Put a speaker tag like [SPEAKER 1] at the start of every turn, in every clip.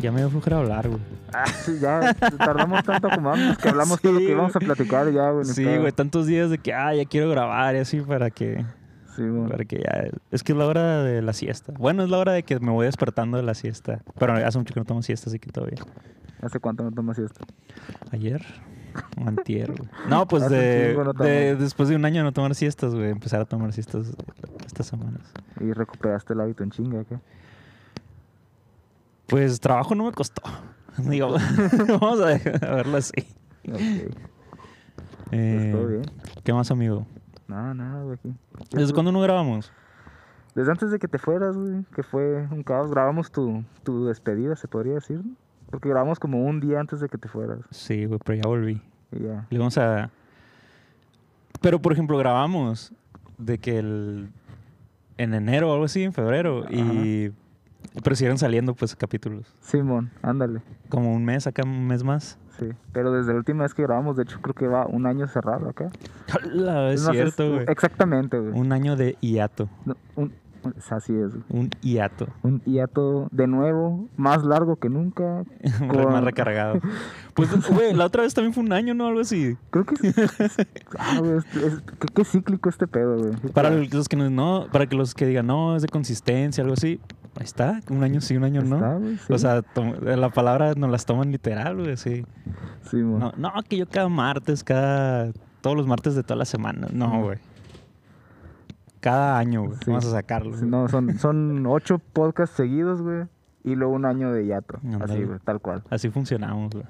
[SPEAKER 1] Ya me dio flojera hablar, güey.
[SPEAKER 2] Ah, sí, ya, tardamos tanto como antes que hablamos de lo
[SPEAKER 1] Sí,
[SPEAKER 2] que íbamos a platicar ya, güey. ni
[SPEAKER 1] Sí,
[SPEAKER 2] pedo.
[SPEAKER 1] güey, tantos días de que, ah, ya quiero grabar y así para que,
[SPEAKER 2] Sí, güey.
[SPEAKER 1] para que ya... Es que es la hora de la siesta. Bueno, es la hora de que me voy despertando de la siesta. Pero hace mucho que no tomo siesta, así que todavía.
[SPEAKER 2] ¿Hace cuánto no tomas esto?
[SPEAKER 1] Ayer, o antier, güey. No, pues
[SPEAKER 2] Hace un
[SPEAKER 1] de,
[SPEAKER 2] chingo no tomo.
[SPEAKER 1] de- después de un año de no tomar siestas, güey, empezar a tomar siestas estas semanas.
[SPEAKER 2] Y recuperaste el hábito en chinga, ¿qué?
[SPEAKER 1] Pues trabajo no me costó. Digo, vamos a, dejar- a verlo así.
[SPEAKER 2] Ok.
[SPEAKER 1] Eh,
[SPEAKER 2] Pues todo bien. Pues
[SPEAKER 1] ¿Qué más, amigo?
[SPEAKER 2] Nada, nada, güey. aquí.
[SPEAKER 1] ¿Desde cuándo no grabamos?
[SPEAKER 2] Desde antes de que te fueras, güey, que fue un caos. Grabamos tu, tu despedida, se podría decir. ¿no? Porque grabamos como un día antes de que te fueras.
[SPEAKER 1] Sí, güey, pero ya volví.
[SPEAKER 2] Y ya.
[SPEAKER 1] Le vamos a... Pero, por ejemplo, grabamos de que el... En enero o algo así, en febrero. Y... Pero siguieron saliendo, pues, capítulos.
[SPEAKER 2] Simón, ándale.
[SPEAKER 1] Como un mes acá, un mes más.
[SPEAKER 2] Sí. Pero desde la última vez que grabamos, de hecho, creo que va un año cerrado acá.
[SPEAKER 1] ¡Hala! Es
[SPEAKER 2] más,
[SPEAKER 1] cierto, güey.
[SPEAKER 2] Exactamente, güey.
[SPEAKER 1] Un año de hiato.
[SPEAKER 2] No, un- un- es así es, güey.
[SPEAKER 1] Un hiato.
[SPEAKER 2] Un hiato de nuevo, más largo que nunca.
[SPEAKER 1] Más
[SPEAKER 2] Con-
[SPEAKER 1] recargado. Pues, güey, la otra vez también fue un año, ¿no? Algo así.
[SPEAKER 2] Creo que ah, güey, es- es- qué, qué cíclico este pedo, güey.
[SPEAKER 1] Para los que no- no, para que los que digan, no, es de consistencia, algo así. Ahí está, un año sí, un año no.
[SPEAKER 2] Está, güey, sí.
[SPEAKER 1] O sea, tom- la palabra nos las toman literal, güey, sí.
[SPEAKER 2] Sí, mon.
[SPEAKER 1] No, no, que yo cada martes, cada. Todos los martes de toda la semana. No, güey. Cada año, güey.
[SPEAKER 2] Sí.
[SPEAKER 1] Vamos a sacarlo.
[SPEAKER 2] Sí,
[SPEAKER 1] güey.
[SPEAKER 2] no, son, son ocho podcasts seguidos, güey. Y luego un año de hiato.
[SPEAKER 1] Ándale.
[SPEAKER 2] Así, güey, tal cual.
[SPEAKER 1] Así funcionamos, güey.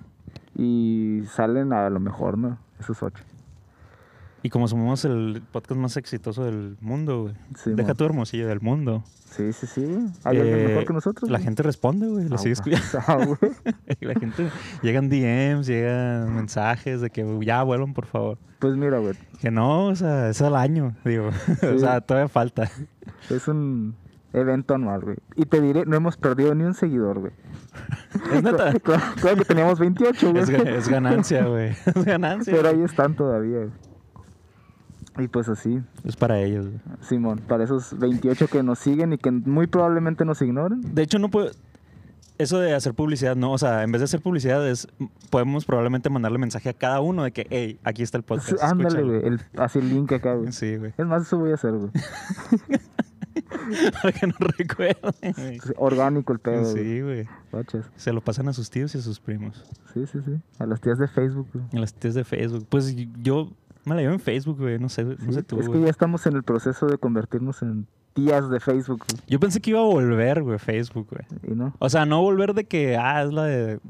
[SPEAKER 2] Y salen a lo mejor, ¿no? Esos ocho.
[SPEAKER 1] Y como somos el podcast más exitoso del mundo, güey.
[SPEAKER 2] Sí,
[SPEAKER 1] Deja
[SPEAKER 2] mon.
[SPEAKER 1] tu hermosillo del mundo.
[SPEAKER 2] Sí, sí, sí, güey. Hay alguien
[SPEAKER 1] Eh,
[SPEAKER 2] mejor que nosotros.
[SPEAKER 1] La
[SPEAKER 2] güey?
[SPEAKER 1] gente responde, güey. Lo
[SPEAKER 2] Ah,
[SPEAKER 1] sigue
[SPEAKER 2] güey.
[SPEAKER 1] escuchando.
[SPEAKER 2] Ah, güey.
[SPEAKER 1] la gente. Llegan DMs, llegan mensajes de que ya vuelvan, por favor.
[SPEAKER 2] Pues mira, güey.
[SPEAKER 1] Que no, o sea, es al año, digo. o
[SPEAKER 2] Sí.
[SPEAKER 1] sea, todavía falta.
[SPEAKER 2] Es un evento anual, güey. Y te diré, no hemos perdido ni un seguidor, güey.
[SPEAKER 1] Es neta.
[SPEAKER 2] Claro, claro que teníamos 28, güey.
[SPEAKER 1] Es, ga- es ganancia, güey. Es ganancia.
[SPEAKER 2] Pero ahí
[SPEAKER 1] güey.
[SPEAKER 2] están todavía, güey. Y pues así,
[SPEAKER 1] Es para ellos, güey.
[SPEAKER 2] Simón, para esos 28 que nos siguen y que muy probablemente nos ignoren.
[SPEAKER 1] De hecho, no puedo. Eso de hacer publicidad, no. O sea, en vez de hacer publicidad, es, podemos probablemente mandarle mensaje a cada uno de que, hey, aquí está el podcast.
[SPEAKER 2] Sí, pues, Ándale,
[SPEAKER 1] escúchalo".
[SPEAKER 2] güey. el- Así el link acá, güey.
[SPEAKER 1] Sí, güey.
[SPEAKER 2] Es más, eso voy a hacer, güey.
[SPEAKER 1] Para que nos recuerden. güey.
[SPEAKER 2] Es Orgánico el pedo, güey.
[SPEAKER 1] Sí, güey.
[SPEAKER 2] Guachas.
[SPEAKER 1] Se lo pasan a sus tíos y a sus primos.
[SPEAKER 2] Sí, sí, sí. A las tías de Facebook, güey.
[SPEAKER 1] En las tías de Facebook. Pues yo me la llevo en Facebook, güey. No sé, no
[SPEAKER 2] Sí,
[SPEAKER 1] sé tú,
[SPEAKER 2] es que
[SPEAKER 1] güey.
[SPEAKER 2] ya estamos en el proceso de convertirnos en tías de Facebook, güey.
[SPEAKER 1] Yo pensé que iba a volver, güey, Facebook, güey.
[SPEAKER 2] Y no.
[SPEAKER 1] O sea, no volver de que, ah, es la de,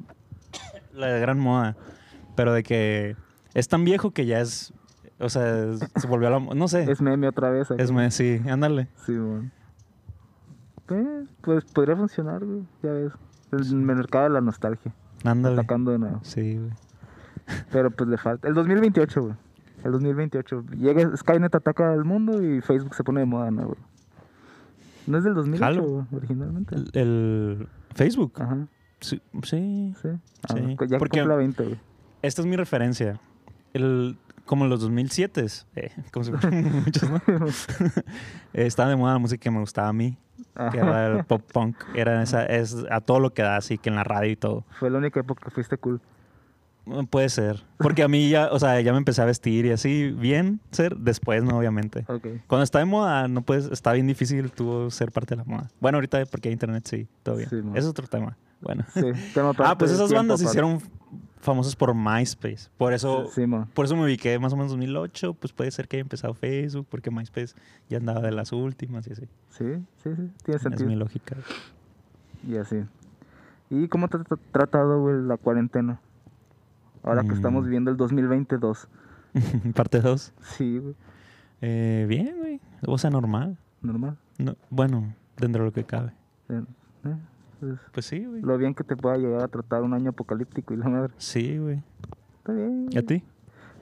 [SPEAKER 1] la de gran moda. Pero de que es tan viejo que ya es, o sea, es- se volvió a la, mo- no sé.
[SPEAKER 2] Es
[SPEAKER 1] Es,
[SPEAKER 2] meme otra vez. acá.
[SPEAKER 1] me- sí, ándale.
[SPEAKER 2] Simón. Eh, pues podría funcionar, güey. Ya ves. El mercado de la nostalgia.
[SPEAKER 1] Ándale.
[SPEAKER 2] Atacando de nuevo.
[SPEAKER 1] Sí, güey.
[SPEAKER 2] Pero pues le falta. El 2028, güey. El 2028. Llega Skynet ataca al mundo y Facebook se pone de moda, ¿no, güey? No es del 2008,
[SPEAKER 1] Jalo.
[SPEAKER 2] güey, originalmente.
[SPEAKER 1] El, el Facebook.
[SPEAKER 2] Ajá,
[SPEAKER 1] Sí, sí.
[SPEAKER 2] sí. Ah,
[SPEAKER 1] Sí,
[SPEAKER 2] cu- Ya
[SPEAKER 1] porque-
[SPEAKER 2] cumple 20, güey.
[SPEAKER 1] Esta es mi referencia. El, como en los 2007, eh, como si fueran muchos, ¿no? Eh, estaba de moda la música que me gustaba a mí, que
[SPEAKER 2] Ajá.
[SPEAKER 1] era el pop punk. Era esa, es a todo lo que da, así que en la radio y todo.
[SPEAKER 2] Fue la única época que fuiste cool.
[SPEAKER 1] Mm, Puede ser. Porque a mí ya, o sea, ya me empecé a vestir y así bien ser después, no, obviamente.
[SPEAKER 2] Ok.
[SPEAKER 1] Cuando está de moda, no puedes, está bien difícil tú ser parte de la moda. Bueno, ahorita porque hay internet, sí, todo bien.
[SPEAKER 2] Sí, mo.
[SPEAKER 1] Ese es otro tema. Bueno.
[SPEAKER 2] Sí, tema
[SPEAKER 1] ah,
[SPEAKER 2] aparte,
[SPEAKER 1] pues esas
[SPEAKER 2] tiempo
[SPEAKER 1] bandas se
[SPEAKER 2] aparte.
[SPEAKER 1] hicieron famosas por MySpace. Por eso,
[SPEAKER 2] Sí, mo.
[SPEAKER 1] por eso me ubiqué más o menos en 2008, pues puede ser que haya empezado Facebook, porque MySpace ya andaba de las últimas y así.
[SPEAKER 2] Sí, sí, sí. Tiene
[SPEAKER 1] Es mi
[SPEAKER 2] sentido.
[SPEAKER 1] lógica.
[SPEAKER 2] Y así. ¿Y cómo te ha tra- tratado, güey, la cuarentena? Ahora que estamos
[SPEAKER 1] Mm.
[SPEAKER 2] viviendo el 2022.
[SPEAKER 1] Parte 2.
[SPEAKER 2] Sí, güey.
[SPEAKER 1] bien, güey. O sea, normal.
[SPEAKER 2] Normal.
[SPEAKER 1] No, bueno, dentro de lo que cabe.
[SPEAKER 2] Eh, eh, pues,
[SPEAKER 1] Pues sí, güey.
[SPEAKER 2] lo bien que te pueda llegar a tratar un año apocalíptico y la madre.
[SPEAKER 1] Sí, güey.
[SPEAKER 2] Está bien.
[SPEAKER 1] ¿Y a ti?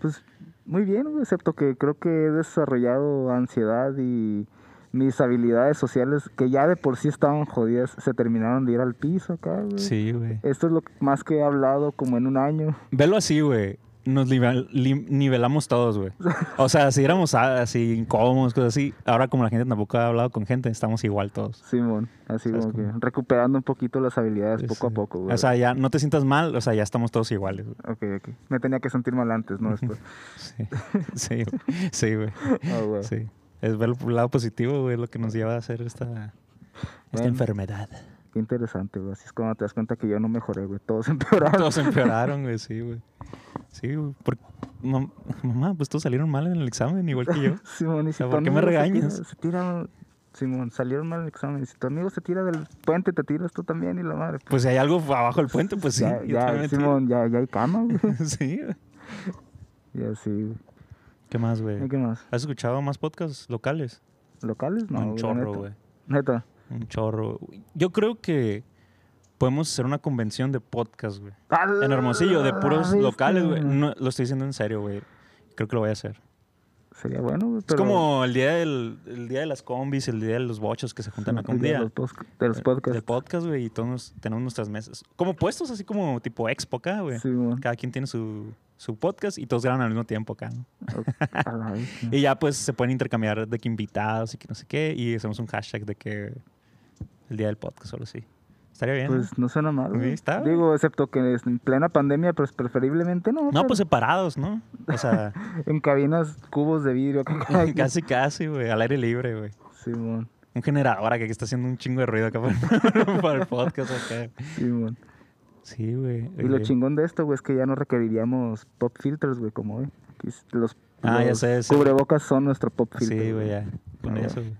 [SPEAKER 2] Pues muy bien, güey, excepto que creo que he desarrollado ansiedad y mis habilidades sociales, que ya de por sí estaban jodidas, se terminaron de ir al piso acá, güey.
[SPEAKER 1] Sí, güey.
[SPEAKER 2] Esto es lo que- más que he hablado como en un año.
[SPEAKER 1] Velo así, güey. nos nivel- li- nivelamos todos, güey. O sea, si éramos a- así incómodos, cosas así, ahora como la gente tampoco ha hablado con gente, estamos igual todos.
[SPEAKER 2] Simón, así
[SPEAKER 1] ¿Sabes
[SPEAKER 2] como que recuperando un poquito las habilidades poco a
[SPEAKER 1] Sí.
[SPEAKER 2] poco, güey.
[SPEAKER 1] O sea, ya no te sientas mal, o sea, ya estamos todos iguales. güey.
[SPEAKER 2] Ok, ok. Me tenía que sentir mal antes, ¿no? Después.
[SPEAKER 1] Sí, sí, güey. Sí, güey.
[SPEAKER 2] Ah, güey.
[SPEAKER 1] Sí. Es ver el lado positivo, güey, lo que nos lleva a hacer esta, esta
[SPEAKER 2] Bueno.
[SPEAKER 1] enfermedad.
[SPEAKER 2] Qué interesante, güey. Así es cuando te das cuenta que yo no mejoré, güey. Todos empeoraron.
[SPEAKER 1] Todos empeoraron, güey, sí, güey. Sí, güey. por- mam- Mamá, pues todos salieron mal en el examen, igual que yo.
[SPEAKER 2] Simón, y si
[SPEAKER 1] O sea,
[SPEAKER 2] tu
[SPEAKER 1] ¿por qué me
[SPEAKER 2] amigo se
[SPEAKER 1] regañas?
[SPEAKER 2] tira- Se tira, Simón, salieron mal el examen. Y si tu amigo se tira del puente, te tiras tú también y la madre. pues,
[SPEAKER 1] Pues si hay algo abajo del puente, pues sí.
[SPEAKER 2] ya,
[SPEAKER 1] yo
[SPEAKER 2] ya,
[SPEAKER 1] también me tiro.
[SPEAKER 2] Simón, ya, ya hay cama, güey.
[SPEAKER 1] sí, güey.
[SPEAKER 2] Y así, güey.
[SPEAKER 1] ¿Qué más, güey?
[SPEAKER 2] ¿Y qué más?
[SPEAKER 1] ¿Has escuchado más podcasts locales?
[SPEAKER 2] ¿Locales? No,
[SPEAKER 1] un chorro,
[SPEAKER 2] neta.
[SPEAKER 1] güey.
[SPEAKER 2] Neta,
[SPEAKER 1] Un chorro. Yo creo que podemos hacer una convención de podcast, güey. En Hermosillo, de puros
[SPEAKER 2] Ah,
[SPEAKER 1] locales, güey.
[SPEAKER 2] bestia.
[SPEAKER 1] No, lo estoy diciendo en serio, güey. Creo que lo voy a hacer.
[SPEAKER 2] Sería bueno, güey.
[SPEAKER 1] Es
[SPEAKER 2] pero-
[SPEAKER 1] como el día, del, el día de las combis, el día de los bochos que se juntan a
[SPEAKER 2] el día
[SPEAKER 1] comer.
[SPEAKER 2] de los, posca- de los
[SPEAKER 1] Eh,
[SPEAKER 2] podcasts.
[SPEAKER 1] Del podcast, güey, y todos nos- tenemos nuestras mesas. Como puestos, así como tipo expo acá, güey.
[SPEAKER 2] Simón.
[SPEAKER 1] Cada quien tiene su, su podcast y todos graban al mismo tiempo acá, ¿no?
[SPEAKER 2] A la bestia.
[SPEAKER 1] Y ya pues se pueden intercambiar de que invitados y que no sé qué. Y hacemos un hashtag de que el día del podcast o algo así. Estaría bien. ¿no?
[SPEAKER 2] Pues no suena mal.
[SPEAKER 1] Sí,
[SPEAKER 2] güey.
[SPEAKER 1] está, güey.
[SPEAKER 2] Digo, excepto que es en plena pandemia, pues preferiblemente no.
[SPEAKER 1] no,
[SPEAKER 2] pero
[SPEAKER 1] pues separados, ¿no? O sea,
[SPEAKER 2] En cabinas, cubos de vidrio. con cada quien.
[SPEAKER 1] casi, casi, güey. Al aire libre, güey.
[SPEAKER 2] Simón,
[SPEAKER 1] Un generador acá que está haciendo un chingo de ruido acá para, para el podcast acá.
[SPEAKER 2] Simón.
[SPEAKER 1] Sí, güey. eh,
[SPEAKER 2] Y lo
[SPEAKER 1] oye.
[SPEAKER 2] chingón de esto, güey, es que ya no requeriríamos pop filters, güey, como hoy. Aquí s- Los,
[SPEAKER 1] Ah, ya
[SPEAKER 2] los
[SPEAKER 1] sé, sí.
[SPEAKER 2] cubrebocas son nuestro pop filter.
[SPEAKER 1] Sí, güey, ya. Con
[SPEAKER 2] Ah,
[SPEAKER 1] eso, güey.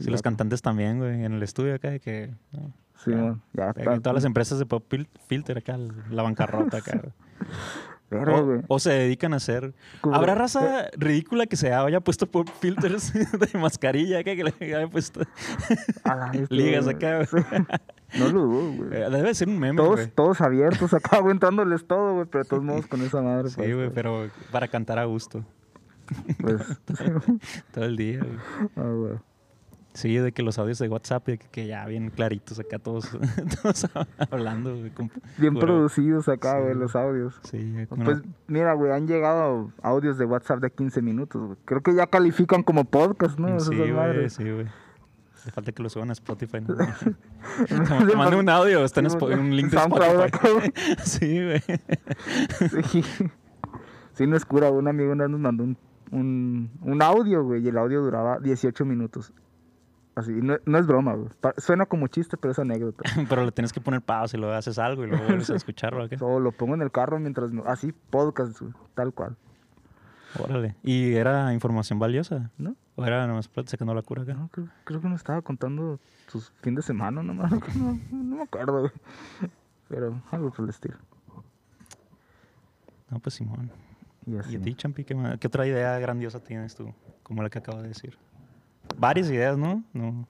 [SPEAKER 1] Sí,
[SPEAKER 2] Ya,
[SPEAKER 1] los
[SPEAKER 2] pues.
[SPEAKER 1] cantantes también, güey. En el estudio acá de que... ¿no?
[SPEAKER 2] Simón, ya
[SPEAKER 1] De que
[SPEAKER 2] está.
[SPEAKER 1] Todas las empresas de pop fil- filter acá, la bancarrota acá, güey.
[SPEAKER 2] Verga, güey. eh,
[SPEAKER 1] O, o se dedican a hacer.
[SPEAKER 2] Cubre-
[SPEAKER 1] Habrá raza ridícula que se haya puesto por filters de mascarilla acá, que le haya puesto.
[SPEAKER 2] A la bestia,
[SPEAKER 1] ligas
[SPEAKER 2] güey.
[SPEAKER 1] acá, güey.
[SPEAKER 2] Sí. No lo dudo, güey.
[SPEAKER 1] Eh, Debe ser un meme,
[SPEAKER 2] Todos,
[SPEAKER 1] güey.
[SPEAKER 2] todos abiertos acá, aguantándoles todo, güey, pero de todos modos con esa madre.
[SPEAKER 1] Sí,
[SPEAKER 2] pues,
[SPEAKER 1] güey, pero para cantar a gusto.
[SPEAKER 2] Pues,
[SPEAKER 1] Todo el día, güey.
[SPEAKER 2] ah, güey.
[SPEAKER 1] Sí, de que los audios de WhatsApp, de que, que ya bien claritos acá, todos, todos hablando, güey. con-
[SPEAKER 2] Bien
[SPEAKER 1] puro-
[SPEAKER 2] producidos acá,
[SPEAKER 1] Sí,
[SPEAKER 2] güey,
[SPEAKER 1] güey.
[SPEAKER 2] los audios.
[SPEAKER 1] Sí, güey, con
[SPEAKER 2] Pues mira, güey, han llegado audios de WhatsApp de 15 minutos, güey. Creo que ya califican como podcast, ¿no?
[SPEAKER 1] Mm, Sí,
[SPEAKER 2] Esas
[SPEAKER 1] güey,
[SPEAKER 2] madres.
[SPEAKER 1] sí, güey. Le falta que lo suban a Spotify. ¿no? Te te mando un audio, está en
[SPEAKER 2] Sí,
[SPEAKER 1] Spo-
[SPEAKER 2] güey.
[SPEAKER 1] un link de
[SPEAKER 2] SoundCloud
[SPEAKER 1] Spotify.
[SPEAKER 2] acá, güey.
[SPEAKER 1] Sí, güey.
[SPEAKER 2] Sí. Sí, no es cura. Un amigo una vez nos mandó un, un, un audio, güey, y el audio duraba 18 minutos. Así, no, no es broma, güey. Pa- Suena como chiste, pero es anécdota.
[SPEAKER 1] Pero le tienes que poner pausa y luego haces algo y luego vuelves a escucharlo acá.
[SPEAKER 2] O lo pongo en el carro mientras... me- Así, podcast, güey, tal cual.
[SPEAKER 1] Órale. ¿Y era información valiosa?
[SPEAKER 2] ¿No?
[SPEAKER 1] ¿O era nomás plat- sacando la cura acá?
[SPEAKER 2] No, creo, creo que nos estaba contando sus fin de semana nomás. No, no me acuerdo, güey. Pero algo por el estilo.
[SPEAKER 1] No, pues Simón.
[SPEAKER 2] Y
[SPEAKER 1] ¿Y
[SPEAKER 2] así.
[SPEAKER 1] a ti, Champi? ¿Qué, ma- qué otra idea grandiosa tienes tú? Como la que acabo de decir. Varias ideas, ¿no? No. O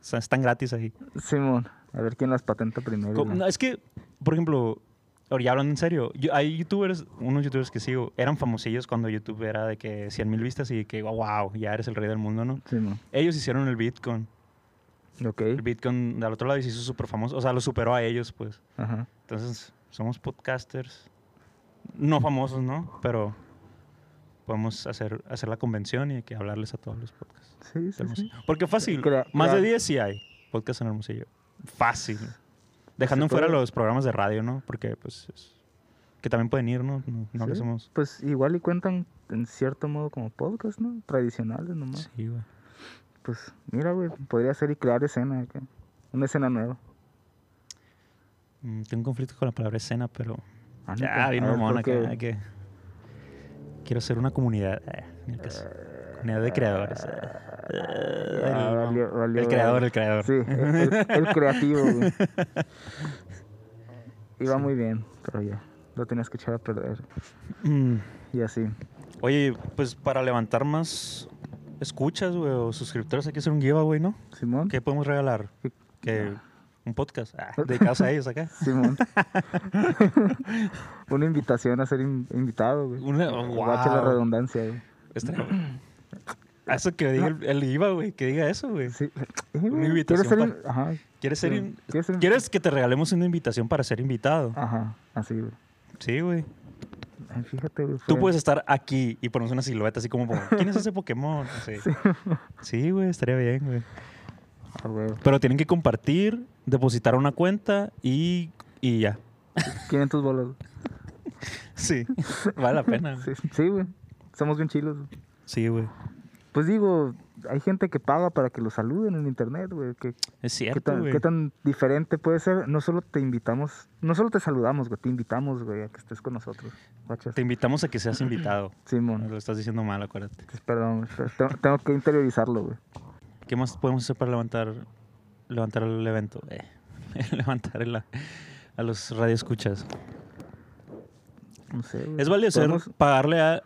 [SPEAKER 1] sea, están gratis ahí.
[SPEAKER 2] Simón, a ver quién las patenta primero.
[SPEAKER 1] Co-
[SPEAKER 2] ¿no?
[SPEAKER 1] no, es que, por ejemplo, ahora ya hablando en serio, yo- hay youtubers, unos youtubers que sigo, eran famosillos cuando YouTube era de que 100 mil vistas y que, wow, ya eres el rey del mundo, ¿no?
[SPEAKER 2] Simón.
[SPEAKER 1] Ellos hicieron el Bitcoin.
[SPEAKER 2] Ok.
[SPEAKER 1] El Bitcoin del otro lado y se hizo súper famoso. O sea, lo superó a ellos, pues.
[SPEAKER 2] Ajá.
[SPEAKER 1] Entonces, somos podcasters. No famosos, ¿no? Pero podemos hacer, hacer la convención y hay que hablarles a todos los podcasts.
[SPEAKER 2] Sí,
[SPEAKER 1] de
[SPEAKER 2] sí, sí.
[SPEAKER 1] Hermosillo. Porque fácil.
[SPEAKER 2] Crea-
[SPEAKER 1] más
[SPEAKER 2] crear-
[SPEAKER 1] de 10 sí hay podcasts en Hermosillo. Fácil.
[SPEAKER 2] Se
[SPEAKER 1] Dejando en fuera
[SPEAKER 2] puede.
[SPEAKER 1] los programas de radio, ¿no? Porque, pues, es- que también pueden ir, ¿no? No, no
[SPEAKER 2] Sí,
[SPEAKER 1] les hemos...
[SPEAKER 2] Pues igual y cuentan en cierto modo como podcast, ¿no? Tradicionales nomás.
[SPEAKER 1] Sí, güey.
[SPEAKER 2] Pues mira, güey, podría ser y crear escena acá. Una escena nueva.
[SPEAKER 1] Mm, tengo un conflicto con la palabra escena, pero...
[SPEAKER 2] Ah, neta,
[SPEAKER 1] Ya, bien
[SPEAKER 2] a ver,
[SPEAKER 1] mamón
[SPEAKER 2] ¿por qué?
[SPEAKER 1] acá. Que... Quiero ser una comunidad. eh, ni el caso. Comunidad de creadores. eh. Eh,
[SPEAKER 2] Ah,
[SPEAKER 1] el-
[SPEAKER 2] valió- valió-
[SPEAKER 1] el creador, el creador.
[SPEAKER 2] Sí, el, el- el creativo, güey. Iba muy bien, pero ya. Lo tenías que echar a perder.
[SPEAKER 1] Mm.
[SPEAKER 2] Y así.
[SPEAKER 1] Oye, pues para levantar más escuchas, güey, o suscriptores, hay que hacer un giveaway, ¿no?
[SPEAKER 2] Simón.
[SPEAKER 1] ¿Qué podemos regalar?
[SPEAKER 2] ¿Qué?
[SPEAKER 1] Que un podcast ah, dedicados a ellos acá.
[SPEAKER 2] Simón. Una invitación a ser in- invitado, güey.
[SPEAKER 1] Una- oh,
[SPEAKER 2] Guacha la
[SPEAKER 1] wow.
[SPEAKER 2] redundancia, güey.
[SPEAKER 1] Estaría- A Eso que diga el, el IVA, güey, que diga eso, güey.
[SPEAKER 2] Sí. Eh,
[SPEAKER 1] Una
[SPEAKER 2] ¿Quieres
[SPEAKER 1] invitación
[SPEAKER 2] ser
[SPEAKER 1] pa-
[SPEAKER 2] in- Ajá.
[SPEAKER 1] ¿Quieres, ser
[SPEAKER 2] Sí. Ah.
[SPEAKER 1] in-
[SPEAKER 2] ¿Quieres ser in-
[SPEAKER 1] ¿Quieres que te regalemos una invitación para ser invitado?
[SPEAKER 2] Ajá. Así, güey.
[SPEAKER 1] Sí, güey.
[SPEAKER 2] Ay, Fíjate, güey.
[SPEAKER 1] Tú
[SPEAKER 2] fue-
[SPEAKER 1] puedes estar aquí y ponemos una silueta así como, como, ¿quién es ese Pokémon? Así. Sí, güey, estaría bien, güey.
[SPEAKER 2] Ah, güey.
[SPEAKER 1] Pero tienen que compartir, depositar una cuenta y, y ya.
[SPEAKER 2] 500 bolas. güey.
[SPEAKER 1] Sí, vale la pena. güey.
[SPEAKER 2] Sí, sí, güey. Somos bien chilos. güey.
[SPEAKER 1] Sí, güey.
[SPEAKER 2] Pues digo, hay gente que paga para que lo saluden en internet, güey. Que,
[SPEAKER 1] Es
[SPEAKER 2] ¿Qué
[SPEAKER 1] cierto,
[SPEAKER 2] tan,
[SPEAKER 1] güey.
[SPEAKER 2] qué tan diferente puede ser? No solo te invitamos, no solo te saludamos, güey, te invitamos, güey, a que estés con nosotros. Guachas.
[SPEAKER 1] Te invitamos a que seas invitado.
[SPEAKER 2] Simón,
[SPEAKER 1] Lo estás diciendo mal, acuérdate.
[SPEAKER 2] perdón, güey, te- tengo que interiorizarlo, güey.
[SPEAKER 1] ¿Qué más podemos hacer para levantar, levantar el evento? Eh, levantar el- a los radioescuchas.
[SPEAKER 2] No sé, güey.
[SPEAKER 1] Es válido hacer-
[SPEAKER 2] Podemos-
[SPEAKER 1] pagarle a...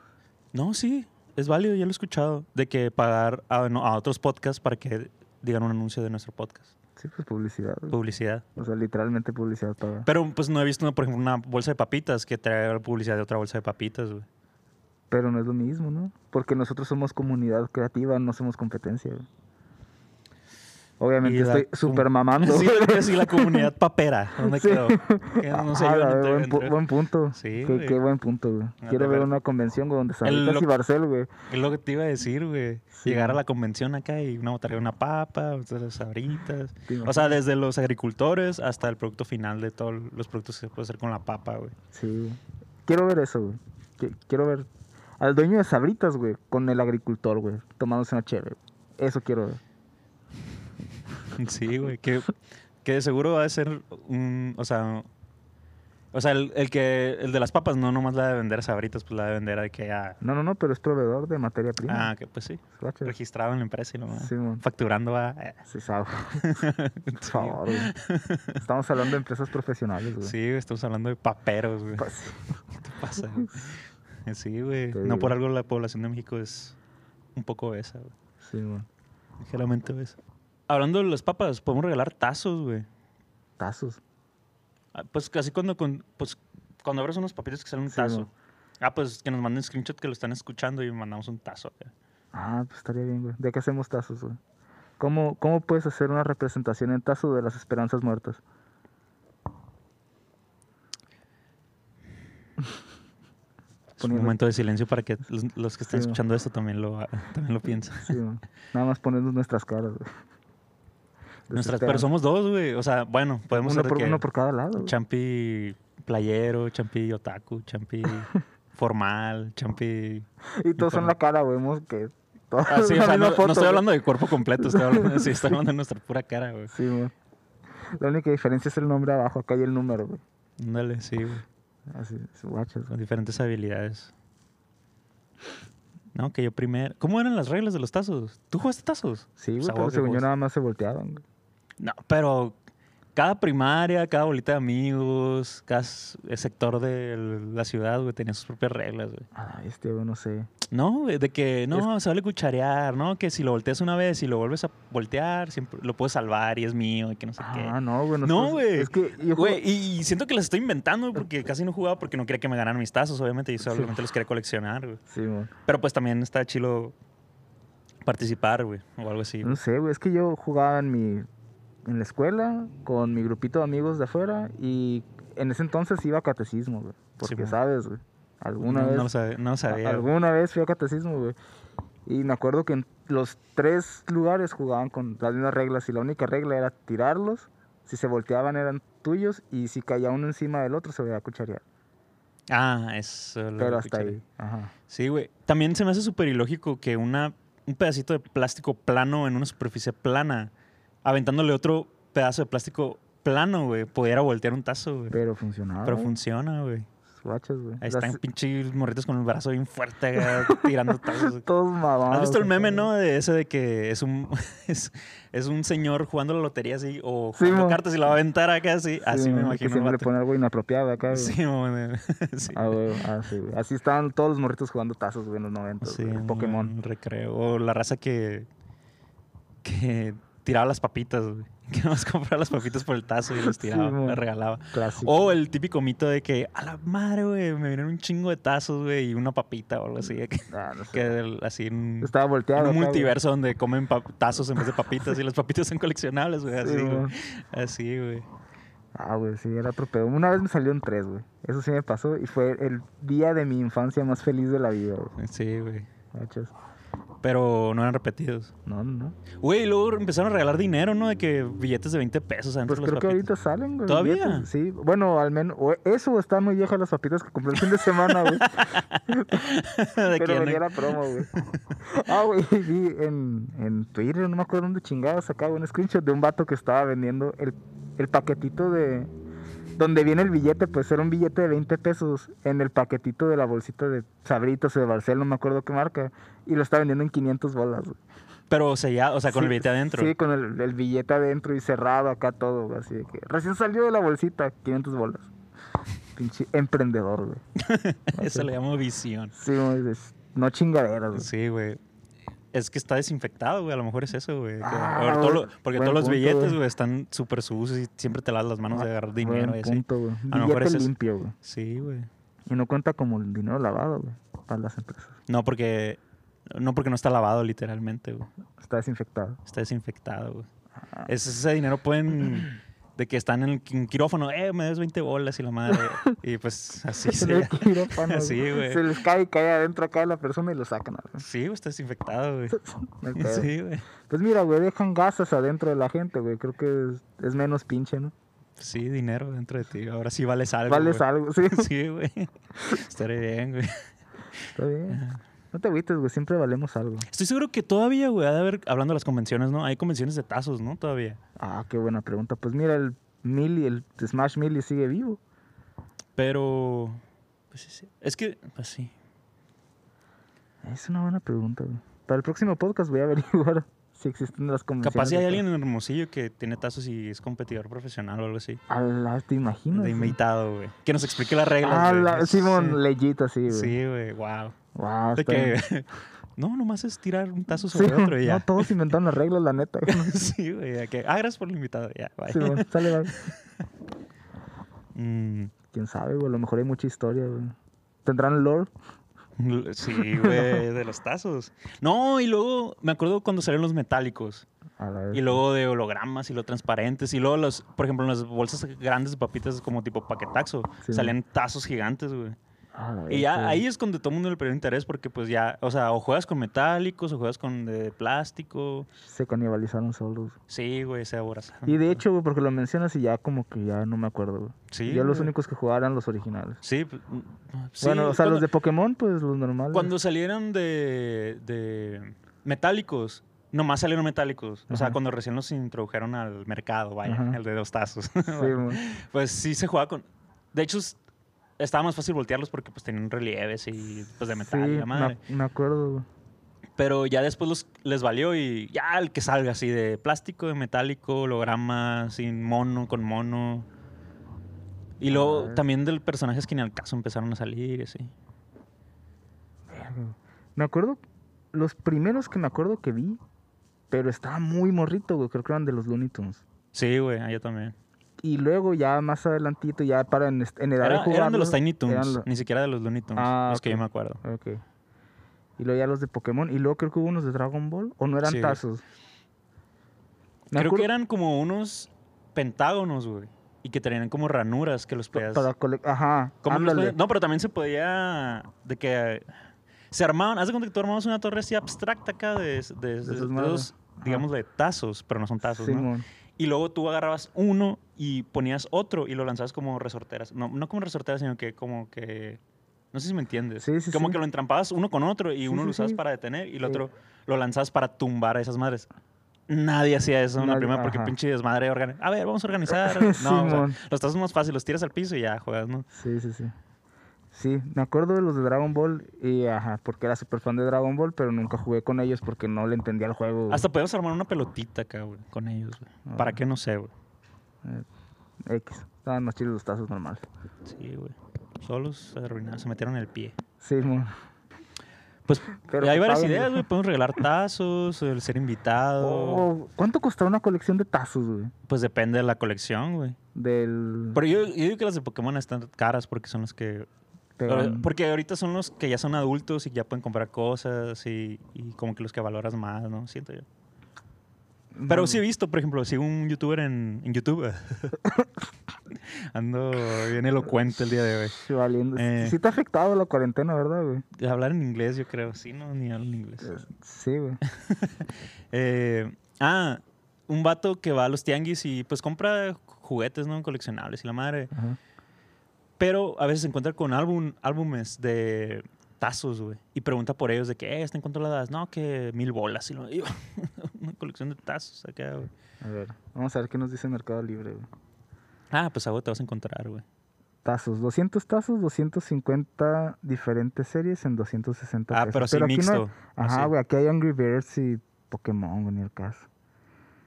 [SPEAKER 1] No, sí, es válido, ya lo he escuchado. De que pagar a, no, a otros podcasts para que digan un anuncio de nuestro podcast.
[SPEAKER 2] Sí, pues publicidad, güey.
[SPEAKER 1] Publicidad.
[SPEAKER 2] O sea, literalmente publicidad pagada.
[SPEAKER 1] Pero pues no he visto, por ejemplo, una bolsa de papitas que traiga publicidad de otra bolsa de papitas, güey.
[SPEAKER 2] Pero no es lo mismo, ¿no? Porque nosotros somos comunidad creativa, no somos competencia, güey. Obviamente
[SPEAKER 1] Y la
[SPEAKER 2] estoy
[SPEAKER 1] com-
[SPEAKER 2] super mamando.
[SPEAKER 1] Sí,
[SPEAKER 2] güey.
[SPEAKER 1] sí, la comunidad papera. ¿Dónde
[SPEAKER 2] Sí.
[SPEAKER 1] quedó? Que no se
[SPEAKER 2] Ah,
[SPEAKER 1] ayudan entre-
[SPEAKER 2] la verdad, buen, pu-
[SPEAKER 1] entre-
[SPEAKER 2] buen punto.
[SPEAKER 1] Sí,
[SPEAKER 2] qué,
[SPEAKER 1] güey.
[SPEAKER 2] qué buen punto, güey.
[SPEAKER 1] de
[SPEAKER 2] Quiero ver
[SPEAKER 1] ver-
[SPEAKER 2] una convención güey, donde Sabritas
[SPEAKER 1] lo-
[SPEAKER 2] y Barcel, güey.
[SPEAKER 1] Es lo que te iba a decir, güey.
[SPEAKER 2] Sí,
[SPEAKER 1] Llegar a
[SPEAKER 2] man.
[SPEAKER 1] la convención acá y una botarga, una papa, otras sabritas.
[SPEAKER 2] Sí,
[SPEAKER 1] O sea, desde los agricultores hasta el producto final de todos los productos que se puede hacer con la papa, güey.
[SPEAKER 2] Sí, güey. Quiero ver eso, güey. Qui- Quiero ver al dueño de Sabritas, güey, con el agricultor, güey, tomándose una chévere. Eso quiero ver.
[SPEAKER 1] Sí, güey. Que, que de seguro va a ser un. O sea. O sea, el, el que. El de las papas, no nomás la de vender sabritas, pues la de vender de que ya.
[SPEAKER 2] No, no, no, pero es proveedor de materia prima.
[SPEAKER 1] Ah, ¿eh? que pues sí.
[SPEAKER 2] Guacha.
[SPEAKER 1] Registrado en la empresa y lo más.
[SPEAKER 2] Sí, mon.
[SPEAKER 1] Facturando a. eh,
[SPEAKER 2] Sí, sabe. Por
[SPEAKER 1] sí,
[SPEAKER 2] favor, güey. Estamos hablando de empresas profesionales, güey. Pues,
[SPEAKER 1] Sí, güey, estamos hablando de paperos, güey.
[SPEAKER 2] Pa- sí.
[SPEAKER 1] ¿Qué pasa? güey? Sí, güey.
[SPEAKER 2] Te
[SPEAKER 1] No por
[SPEAKER 2] digo.
[SPEAKER 1] algo la población de México es un poco obesa, güey.
[SPEAKER 2] Sí, mon.
[SPEAKER 1] Ligeramente obesa. Hablando de las papas, podemos regalar tazos, güey.
[SPEAKER 2] Tazos.
[SPEAKER 1] Ah, Pues casi cuando, con, pues, cuando abres unos papitos que sale un
[SPEAKER 2] Sí,
[SPEAKER 1] tazo.
[SPEAKER 2] güey.
[SPEAKER 1] Ah, pues que nos manden screenshot que lo están escuchando y mandamos un tazo. acá.
[SPEAKER 2] Ah, pues estaría bien, güey. ¿De qué hacemos tazos, güey? ¿Cómo, ¿Cómo puedes hacer una representación en tazo de las esperanzas muertas?
[SPEAKER 1] Es un
[SPEAKER 2] Poniendo-
[SPEAKER 1] momento de silencio para que los, los que están
[SPEAKER 2] Sí, güey.
[SPEAKER 1] escuchando esto también lo, también lo piensen.
[SPEAKER 2] Sí, güey. Nada más ponernos nuestras caras, güey.
[SPEAKER 1] Nuestras,
[SPEAKER 2] Desesperan.
[SPEAKER 1] pero somos dos, güey. O sea, bueno, podemos
[SPEAKER 2] uno
[SPEAKER 1] ser
[SPEAKER 2] por,
[SPEAKER 1] que
[SPEAKER 2] uno por cada lado. güey.
[SPEAKER 1] champi playero, champi otaku, champi formal, champi...
[SPEAKER 2] Y todos son la cara, güey. hemos que todos
[SPEAKER 1] Ah, sí, o
[SPEAKER 2] la
[SPEAKER 1] sea,
[SPEAKER 2] misma
[SPEAKER 1] no, no
[SPEAKER 2] foto,
[SPEAKER 1] estoy
[SPEAKER 2] güey.
[SPEAKER 1] hablando de cuerpo completo, estoy hablando, sí, estoy hablando de nuestra pura cara, güey.
[SPEAKER 2] Sí, güey. La única diferencia es el nombre abajo, acá hay el número, güey.
[SPEAKER 1] Ándale, sí, güey.
[SPEAKER 2] Así, guachas, güey.
[SPEAKER 1] Con diferentes habilidades. No, que yo primero. ¿Cómo eran las reglas de los tazos? ¿Tú jugaste tazos?
[SPEAKER 2] Sí, güey,
[SPEAKER 1] Pues, a
[SPEAKER 2] pero
[SPEAKER 1] huevo que
[SPEAKER 2] según yo
[SPEAKER 1] jugaste.
[SPEAKER 2] nada más se volteaban, güey.
[SPEAKER 1] No, pero cada primaria, cada bolita de amigos, cada s- eh, sector de la ciudad, güey, tenía sus propias reglas, güey.
[SPEAKER 2] Ah, este, güey, no sé.
[SPEAKER 1] No, güey, de que no, se vale cucharear, ¿no? Que si lo volteas una vez y lo vuelves a voltear, siempre lo puedo salvar y es mío y que no sé Pues, qué.
[SPEAKER 2] Ah, no, güey.
[SPEAKER 1] No,
[SPEAKER 2] nosotros-
[SPEAKER 1] güey.
[SPEAKER 2] Es que yo
[SPEAKER 1] Güey,
[SPEAKER 2] jugué-
[SPEAKER 1] y, y siento que las estoy inventando güey, porque casi no jugaba porque no quería que me ganaran mis tazos, obviamente. Yo solamente los quería coleccionar, güey.
[SPEAKER 2] Sí, güey.
[SPEAKER 1] Pero pues también está chilo participar, güey, o algo así. güey.
[SPEAKER 2] No sé, güey. Es que yo jugaba en mi... En la escuela, con mi grupito de amigos de afuera. Y en ese entonces iba a catecismo, güey. Porque,
[SPEAKER 1] Simón.
[SPEAKER 2] ¿sabes, güey? Alguna
[SPEAKER 1] no,
[SPEAKER 2] vez...
[SPEAKER 1] no lo sabía. No lo sabía,
[SPEAKER 2] A-
[SPEAKER 1] güey.
[SPEAKER 2] Alguna vez fui a catecismo, güey. Y me acuerdo que en los tres lugares jugaban con las mismas reglas y la única regla era tirarlos. Si se volteaban eran tuyos y si caía uno encima del otro se veía cucharear.
[SPEAKER 1] Ah, eso. lo
[SPEAKER 2] Pero hasta
[SPEAKER 1] escuché.
[SPEAKER 2] ahí. Ajá.
[SPEAKER 1] Sí, güey. También se me hace súper ilógico que una, un pedacito de plástico plano en una superficie plana, aventándole otro pedazo de plástico plano, güey, pudiera voltear un tazo, güey.
[SPEAKER 2] Pero ah. funcionaba.
[SPEAKER 1] Pero funciona, güey.
[SPEAKER 2] Guachas, güey.
[SPEAKER 1] Ahí
[SPEAKER 2] Las- e
[SPEAKER 1] están pinches morritos con el brazo bien fuerte, acá, tirando tazos.
[SPEAKER 2] Todos mamados.
[SPEAKER 1] ¿Has visto el
[SPEAKER 2] acá,
[SPEAKER 1] meme,
[SPEAKER 2] güey.
[SPEAKER 1] no? De ese de que es un, es, es un señor jugando la lotería así o
[SPEAKER 2] Sí,
[SPEAKER 1] jugando
[SPEAKER 2] mo.
[SPEAKER 1] cartas y la va a aventar acá así. así
[SPEAKER 2] Sí,
[SPEAKER 1] me
[SPEAKER 2] güey, Que
[SPEAKER 1] imagino. el
[SPEAKER 2] siempre le
[SPEAKER 1] vato.
[SPEAKER 2] pone algo inapropiado acá, güey.
[SPEAKER 1] Sí, mo, de- sí.
[SPEAKER 2] Ah, güey, ah, sí, güey. Así estaban todos los morritos jugando tazos, güey, en los 90.
[SPEAKER 1] Sí,
[SPEAKER 2] güey,
[SPEAKER 1] mo,
[SPEAKER 2] Pokémon.
[SPEAKER 1] en recreo. O la raza que, que tiraba las papitas, güey. Que nomás compraba las papitas por el tazo y las
[SPEAKER 2] Sí,
[SPEAKER 1] tiraba,
[SPEAKER 2] mo.
[SPEAKER 1] las regalaba.
[SPEAKER 2] Clásico.
[SPEAKER 1] O el típico mito de que, a la madre, güey, me vinieron un chingo de tazos, güey, y una papita o algo así. Que,
[SPEAKER 2] Ah, no sé.
[SPEAKER 1] que el- así en-
[SPEAKER 2] Estaba volteado.
[SPEAKER 1] En un
[SPEAKER 2] acá, güey.
[SPEAKER 1] multiverso donde comen pa- tazos en vez de papitas y las papitas son coleccionables, güey.
[SPEAKER 2] Sí,
[SPEAKER 1] Así, güey.
[SPEAKER 2] güey.
[SPEAKER 1] Así, güey.
[SPEAKER 2] Ah, güey, sí, era otro pedo. Una vez me salió un 3, güey. Eso sí me pasó y fue el día de mi infancia más feliz de la vida, güey.
[SPEAKER 1] Sí, güey.
[SPEAKER 2] Machos.
[SPEAKER 1] Pero no eran repetidos.
[SPEAKER 2] No, no, no.
[SPEAKER 1] Güey, y luego empezaron a regalar dinero, ¿no? De que billetes de 20 pesos adentro de
[SPEAKER 2] Pues creo
[SPEAKER 1] los
[SPEAKER 2] que
[SPEAKER 1] papitas.
[SPEAKER 2] ahorita salen, güey.
[SPEAKER 1] ¿Todavía?
[SPEAKER 2] billetes. Sí, bueno, al menos. o Eso o están muy viejas las papitas que compré el fin de semana, güey.
[SPEAKER 1] de que
[SPEAKER 2] Pero
[SPEAKER 1] ya no-
[SPEAKER 2] venía la promo, güey. Ah, güey, vi en, en Twitter, no me acuerdo dónde chingados sacaba un screenshot de un vato que estaba vendiendo el, el paquetito de. Donde viene el billete, pues era un billete de 20 pesos en el paquetito de la bolsita de Sabritos o de Barcel, no me acuerdo qué marca. Y lo estaba vendiendo en 500 bolas, güey.
[SPEAKER 1] Pero sellado, o sea, con
[SPEAKER 2] Sí,
[SPEAKER 1] el billete adentro.
[SPEAKER 2] Sí, con el, el billete adentro y cerrado acá todo, güey, así de que recién salió de la bolsita, 500 bolas. Pinche emprendedor, güey.
[SPEAKER 1] Eso le llamo visión.
[SPEAKER 2] Sí, güey, es- no chingaderas, güey.
[SPEAKER 1] Sí, güey. Es que está desinfectado, güey. A lo mejor es eso, güey. que-
[SPEAKER 2] Ah,
[SPEAKER 1] a ver, todo lo-
[SPEAKER 2] buen-
[SPEAKER 1] porque
[SPEAKER 2] buen
[SPEAKER 1] todos los
[SPEAKER 2] punto,
[SPEAKER 1] billetes,
[SPEAKER 2] güey. Ah,
[SPEAKER 1] güey, están súper sucios y siempre te lavas las manos de agarrar dinero
[SPEAKER 2] Buen
[SPEAKER 1] y así.
[SPEAKER 2] punto, güey.
[SPEAKER 1] A lo mejor
[SPEAKER 2] Billete
[SPEAKER 1] ese es-
[SPEAKER 2] limpio, güey.
[SPEAKER 1] Sí, güey.
[SPEAKER 2] Y no cuenta como el dinero lavado, güey, para las empresas.
[SPEAKER 1] No porque, no porque no está lavado literalmente, güey.
[SPEAKER 2] Está desinfectado.
[SPEAKER 1] Está desinfectado, güey. Es- ese dinero pueden... De que están en el qui- un quirófano, eh, me des 20 bolas y la madre. y pues así
[SPEAKER 2] En
[SPEAKER 1] se
[SPEAKER 2] el quirófano, güey.
[SPEAKER 1] Sí, güey.
[SPEAKER 2] Se les cae y cae adentro acá de la persona y lo sacan. güey.
[SPEAKER 1] Sí, güey, está desinfectado, güey.
[SPEAKER 2] No hay pedo.
[SPEAKER 1] Sí, güey.
[SPEAKER 2] Pues mira, güey, dejan gasas adentro de la gente, güey. Creo que es, es menos pinche, ¿no?
[SPEAKER 1] Sí, dinero dentro de ti. Ahora sí vales algo.
[SPEAKER 2] Vales
[SPEAKER 1] güey.
[SPEAKER 2] algo, sí.
[SPEAKER 1] Sí, güey. Estaré bien, güey.
[SPEAKER 2] Está bien. No te agüites, güey. Siempre valemos algo.
[SPEAKER 1] Estoy seguro que todavía, güey, ha de haber, hablando de las convenciones, ¿no? Hay convenciones de tazos, ¿no? Todavía.
[SPEAKER 2] Ah, qué buena pregunta. Pues mira, el Millie, el Smash Millie sigue vivo.
[SPEAKER 1] Pero. Pues sí, sí. Es que, pues sí.
[SPEAKER 2] Es una buena pregunta, güey. Para el próximo podcast voy a averiguar si existen las convenciones.
[SPEAKER 1] Capaz si hay
[SPEAKER 2] de-
[SPEAKER 1] alguien en Hermosillo que tiene tazos y es competidor profesional o algo así.
[SPEAKER 2] A la, te imaginas.
[SPEAKER 1] De
[SPEAKER 2] güey?
[SPEAKER 1] invitado, güey. Que nos explique las reglas.
[SPEAKER 2] Ah,
[SPEAKER 1] güey.
[SPEAKER 2] la,
[SPEAKER 1] Sí.
[SPEAKER 2] Simón, legit así, güey.
[SPEAKER 1] Sí, güey, wow.
[SPEAKER 2] Wow,
[SPEAKER 1] De
[SPEAKER 2] Ah, está bien.
[SPEAKER 1] que. No, nomás es tirar un tazo
[SPEAKER 2] Sí,
[SPEAKER 1] sobre otro y
[SPEAKER 2] no,
[SPEAKER 1] ya.
[SPEAKER 2] todos inventaron las reglas, la neta. güey.
[SPEAKER 1] sí, güey. de que, Ah, gracias por el invitado. Ya, bye.
[SPEAKER 2] Simón, sale, va.
[SPEAKER 1] Mm.
[SPEAKER 2] Quién sabe, güey. A lo mejor hay mucha historia, güey. ¿Tendrán lore?
[SPEAKER 1] L- Sí, güey, de los tazos. No, y luego me acuerdo cuando salieron los metálicos.
[SPEAKER 2] A la vez.
[SPEAKER 1] Y luego de hologramas y los transparentes. Y luego, los, por ejemplo, en las bolsas grandes de papitas como tipo paquetaxo,
[SPEAKER 2] Sí.
[SPEAKER 1] salían tazos gigantes, güey.
[SPEAKER 2] A la
[SPEAKER 1] Y ya
[SPEAKER 2] vez,
[SPEAKER 1] ahí es cuando todo el mundo le perdió interés porque pues ya, o sea, o juegas con metálicos o juegas con de plástico.
[SPEAKER 2] Se canibalizaron solos.
[SPEAKER 1] Sí, güey, se aborazaron.
[SPEAKER 2] Y de hecho, güey, porque lo mencionas y ya como que ya no me acuerdo, güey.
[SPEAKER 1] Sí,
[SPEAKER 2] Yo los
[SPEAKER 1] güey.
[SPEAKER 2] únicos que jugaba eran los originales.
[SPEAKER 1] Sí, pues, mm, sí,
[SPEAKER 2] bueno, o sea, los
[SPEAKER 1] cuando-
[SPEAKER 2] de Pokémon, pues los normales.
[SPEAKER 1] Cuando salieron de, de metálicos, nomás salieron metálicos. O sea,
[SPEAKER 2] Ajá.
[SPEAKER 1] cuando recién los introdujeron al mercado, vaya,
[SPEAKER 2] Ajá.
[SPEAKER 1] el de los tazos.
[SPEAKER 2] Sí, güey.
[SPEAKER 1] pues sí se jugaba con... De hecho, es- estaba más fácil voltearlos porque pues tenían relieves y pues de metal
[SPEAKER 2] Sí,
[SPEAKER 1] y la madre.
[SPEAKER 2] Me, me acuerdo, güey.
[SPEAKER 1] Pero ya después los, les valió y ya el que salga así de plástico, de metálico, holograma, sin mono, con mono. Y luego
[SPEAKER 2] Ah.
[SPEAKER 1] también de personajes que ni al caso empezaron a salir, y así.
[SPEAKER 2] Verga. Me acuerdo, los primeros que me acuerdo que vi, pero estaba muy morrito, güey. Creo que eran de los Looney Tunes.
[SPEAKER 1] Sí, güey, ah, yo también.
[SPEAKER 2] Y luego ya más adelantito, ya para en, est- en edad de
[SPEAKER 1] Era-
[SPEAKER 2] jugar.
[SPEAKER 1] eran de los Tiny Toons,
[SPEAKER 2] lo-
[SPEAKER 1] ni siquiera de los Looney Tunes,
[SPEAKER 2] Ah,
[SPEAKER 1] los que yo
[SPEAKER 2] ok.
[SPEAKER 1] me acuerdo.
[SPEAKER 2] Ok. Y luego ya los de Pokémon. Y luego creo que hubo unos de Dragon Ball. ¿O no eran
[SPEAKER 1] Sí.
[SPEAKER 2] tazos? Me
[SPEAKER 1] Creo
[SPEAKER 2] acuerdo-
[SPEAKER 1] que eran como unos pentágonos, güey, y que tenían como ranuras que los
[SPEAKER 2] pa-
[SPEAKER 1] podías...
[SPEAKER 2] Para cole- Ajá.
[SPEAKER 1] ¿Cómo los
[SPEAKER 2] ándale.
[SPEAKER 1] podías- No, pero también se podía... De que se armaban... Haz de cuenta que tú armabas una torre así abstracta acá de, de, de-
[SPEAKER 2] esas
[SPEAKER 1] de
[SPEAKER 2] madres.
[SPEAKER 1] esos, digamos, de tazos, pero no son tazos, ¿no?
[SPEAKER 2] Simón.
[SPEAKER 1] Y luego tú agarrabas uno y ponías otro y lo lanzabas como resorteras. No, no como resorteras, sino que como que... No sé si me entiendes.
[SPEAKER 2] Sí, sí,
[SPEAKER 1] como
[SPEAKER 2] sí.
[SPEAKER 1] que lo entrampabas uno con otro y
[SPEAKER 2] Sí,
[SPEAKER 1] uno
[SPEAKER 2] sí,
[SPEAKER 1] lo usabas
[SPEAKER 2] sí.
[SPEAKER 1] para detener y el
[SPEAKER 2] Sí.
[SPEAKER 1] otro lo lanzabas para tumbar a esas madres. Nadie hacía eso en la
[SPEAKER 2] Nadie,
[SPEAKER 1] primera porque
[SPEAKER 2] ajá.
[SPEAKER 1] pinche desmadre. organ- A ver, vamos a organizar. No, o sea,
[SPEAKER 2] Simón.
[SPEAKER 1] los tazos más fácil, los tiras al piso y ya juegas, ¿no?
[SPEAKER 2] Sí, sí, sí. Sí, me acuerdo de los de Dragon Ball y ajá, porque era súper fan de Dragon Ball, pero nunca jugué con ellos porque no le entendía el juego. güey.
[SPEAKER 1] Hasta podíamos armar una pelotita acá, güey, con ellos, güey. ¿Para
[SPEAKER 2] Ah.
[SPEAKER 1] qué? No sé, güey.
[SPEAKER 2] X. Estaban más chidos los tazos normales.
[SPEAKER 1] Sí, güey. Solos se arruinaron, se metieron el pie.
[SPEAKER 2] Sí, mon.
[SPEAKER 1] Pues
[SPEAKER 2] Pero
[SPEAKER 1] hay
[SPEAKER 2] que
[SPEAKER 1] varias
[SPEAKER 2] paguen,
[SPEAKER 1] ideas,
[SPEAKER 2] güey.
[SPEAKER 1] güey. Podemos regalar tazos, el ser invitado.
[SPEAKER 2] Oh, ¿Cuánto costaba una colección de tazos, güey?
[SPEAKER 1] Pues depende de la colección, güey.
[SPEAKER 2] Del.
[SPEAKER 1] Pero yo, yo digo que las de Pokémon están caras porque son las que Ahora-
[SPEAKER 2] pegan-
[SPEAKER 1] Porque ahorita son los que ya son adultos y ya pueden comprar cosas y, y como que los que valoras más, ¿no? Siento yo. Pero
[SPEAKER 2] No,
[SPEAKER 1] sí he visto, por ejemplo, sigo un youtuber en, en YouTube Ando bien elocuente el día de hoy.
[SPEAKER 2] Sí, valiendo.
[SPEAKER 1] Eh.
[SPEAKER 2] Sí te ha afectado la cuarentena, ¿verdad, güey?
[SPEAKER 1] Hablar en inglés, yo creo. Sí, no, ni hablo en inglés.
[SPEAKER 2] Sí, güey.
[SPEAKER 1] Eh, ah, un vato que va a los tianguis y pues compra juguetes, ¿no? Coleccionables y la madre.
[SPEAKER 2] Ajá.
[SPEAKER 1] Pero a veces se encuentra con álbum, álbumes de tazos, güey. Y pregunta por ellos de que, eh, ¿están cuánto la das? No, que mil bolas. Y lo digo, una colección de tazos acá, güey.
[SPEAKER 2] A ver, vamos a ver qué nos dice Mercado Libre, güey.
[SPEAKER 1] Ah, pues algo te vas a encontrar, güey.
[SPEAKER 2] Tazos, 200 tazos, 250 diferentes series en 260
[SPEAKER 1] Ah,
[SPEAKER 2] pesos.
[SPEAKER 1] pero así
[SPEAKER 2] aquí no hay-
[SPEAKER 1] mixto. Ah,
[SPEAKER 2] Ajá,
[SPEAKER 1] así.
[SPEAKER 2] güey, aquí hay Angry Birds y Pokémon, güey, ni el caso.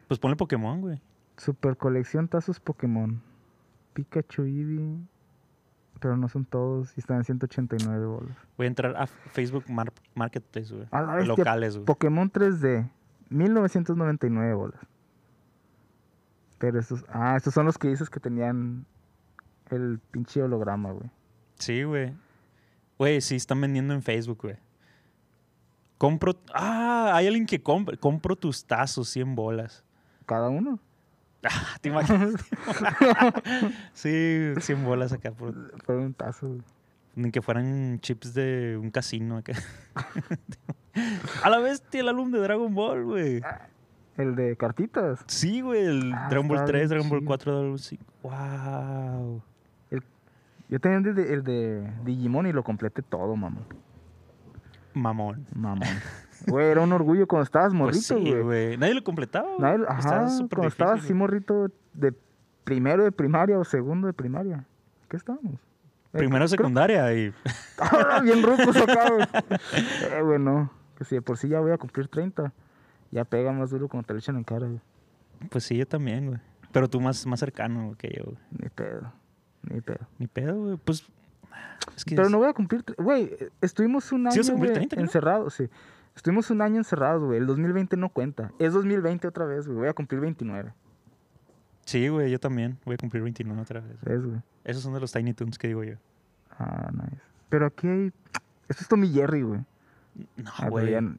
[SPEAKER 1] Pues ponle Pokémon, güey.
[SPEAKER 2] Super colección tazos Pokémon. Pikachu, Eevee, pero no son todos y están en 189 bolas.
[SPEAKER 1] Voy a entrar a Facebook Mar- Marketplace, güey.
[SPEAKER 2] A la bestia,
[SPEAKER 1] Locales, güey.
[SPEAKER 2] Pokémon 3D, 1999 bolas. Pero estos, ah, estos son los que dices que tenían el pinche holograma, güey.
[SPEAKER 1] Sí, güey. Güey, sí, están vendiendo en Facebook, güey. Compro. Ah, hay alguien que compra. Compro tus tazos, 100 bolas.
[SPEAKER 2] Cada uno.
[SPEAKER 1] Ah, ¿te imaginas? sí, 100 bolas acá. Por,
[SPEAKER 2] Fue un tazo, güey.
[SPEAKER 1] ni que fueran chips de un casino acá. A la bestia, el álbum de Dragon Ball, güey.
[SPEAKER 2] El de cartitas.
[SPEAKER 1] Sí, güey, el
[SPEAKER 2] Ah,
[SPEAKER 1] Dragon Ball
[SPEAKER 2] está
[SPEAKER 1] 3,
[SPEAKER 2] bien
[SPEAKER 1] Dragon Ball
[SPEAKER 2] chido.
[SPEAKER 1] 4, Dragon Ball 5. ¡Wow!
[SPEAKER 2] Yo tenía el de, el de Digimon y lo completé todo, mamón.
[SPEAKER 1] Mamón.
[SPEAKER 2] Mamón. Güey, era un orgullo cuando estabas
[SPEAKER 1] Pues
[SPEAKER 2] morrito,
[SPEAKER 1] sí,
[SPEAKER 2] güey.
[SPEAKER 1] güey. Nadie lo completaba. güey.
[SPEAKER 2] Nadie-
[SPEAKER 1] Estaba
[SPEAKER 2] ajá,
[SPEAKER 1] súper
[SPEAKER 2] cuando estabas así
[SPEAKER 1] difícil,
[SPEAKER 2] morrito de primero de primaria o segundo de primaria. ¿Qué estábamos? Eh,
[SPEAKER 1] Primero secundaria y
[SPEAKER 2] ¡Ah, bien rucos acá, güey. Eh, güey, no. Que si de por sí ya voy a cumplir 30, ya pega más duro cuando te lo echan en cara, güey.
[SPEAKER 1] pues sí, yo también, güey. Pero tú más, más cercano güey, que yo, güey.
[SPEAKER 2] Ni pedo. Ni pedo.
[SPEAKER 1] Ni pedo, güey. Pues es que
[SPEAKER 2] Pero
[SPEAKER 1] es-
[SPEAKER 2] no voy a cumplir. tre- Güey, eh, estuvimos un año
[SPEAKER 1] Sí vas a cumplir
[SPEAKER 2] güey,
[SPEAKER 1] 30, creo.
[SPEAKER 2] encerrados, sí. Estuvimos un año encerrados, güey. El 2020 no cuenta. Es 2020 otra vez, güey. Voy a cumplir 29.
[SPEAKER 1] Sí, güey, yo también. Voy a cumplir 29 otra vez. güey.
[SPEAKER 2] ¿Ves, güey?
[SPEAKER 1] Esos son de los Tiny Toons que digo yo.
[SPEAKER 2] Ah, nice. Pero aquí hay. Esto es Tommy Jerry, güey.
[SPEAKER 1] No,
[SPEAKER 2] Ah, pero
[SPEAKER 1] güey.
[SPEAKER 2] ya no-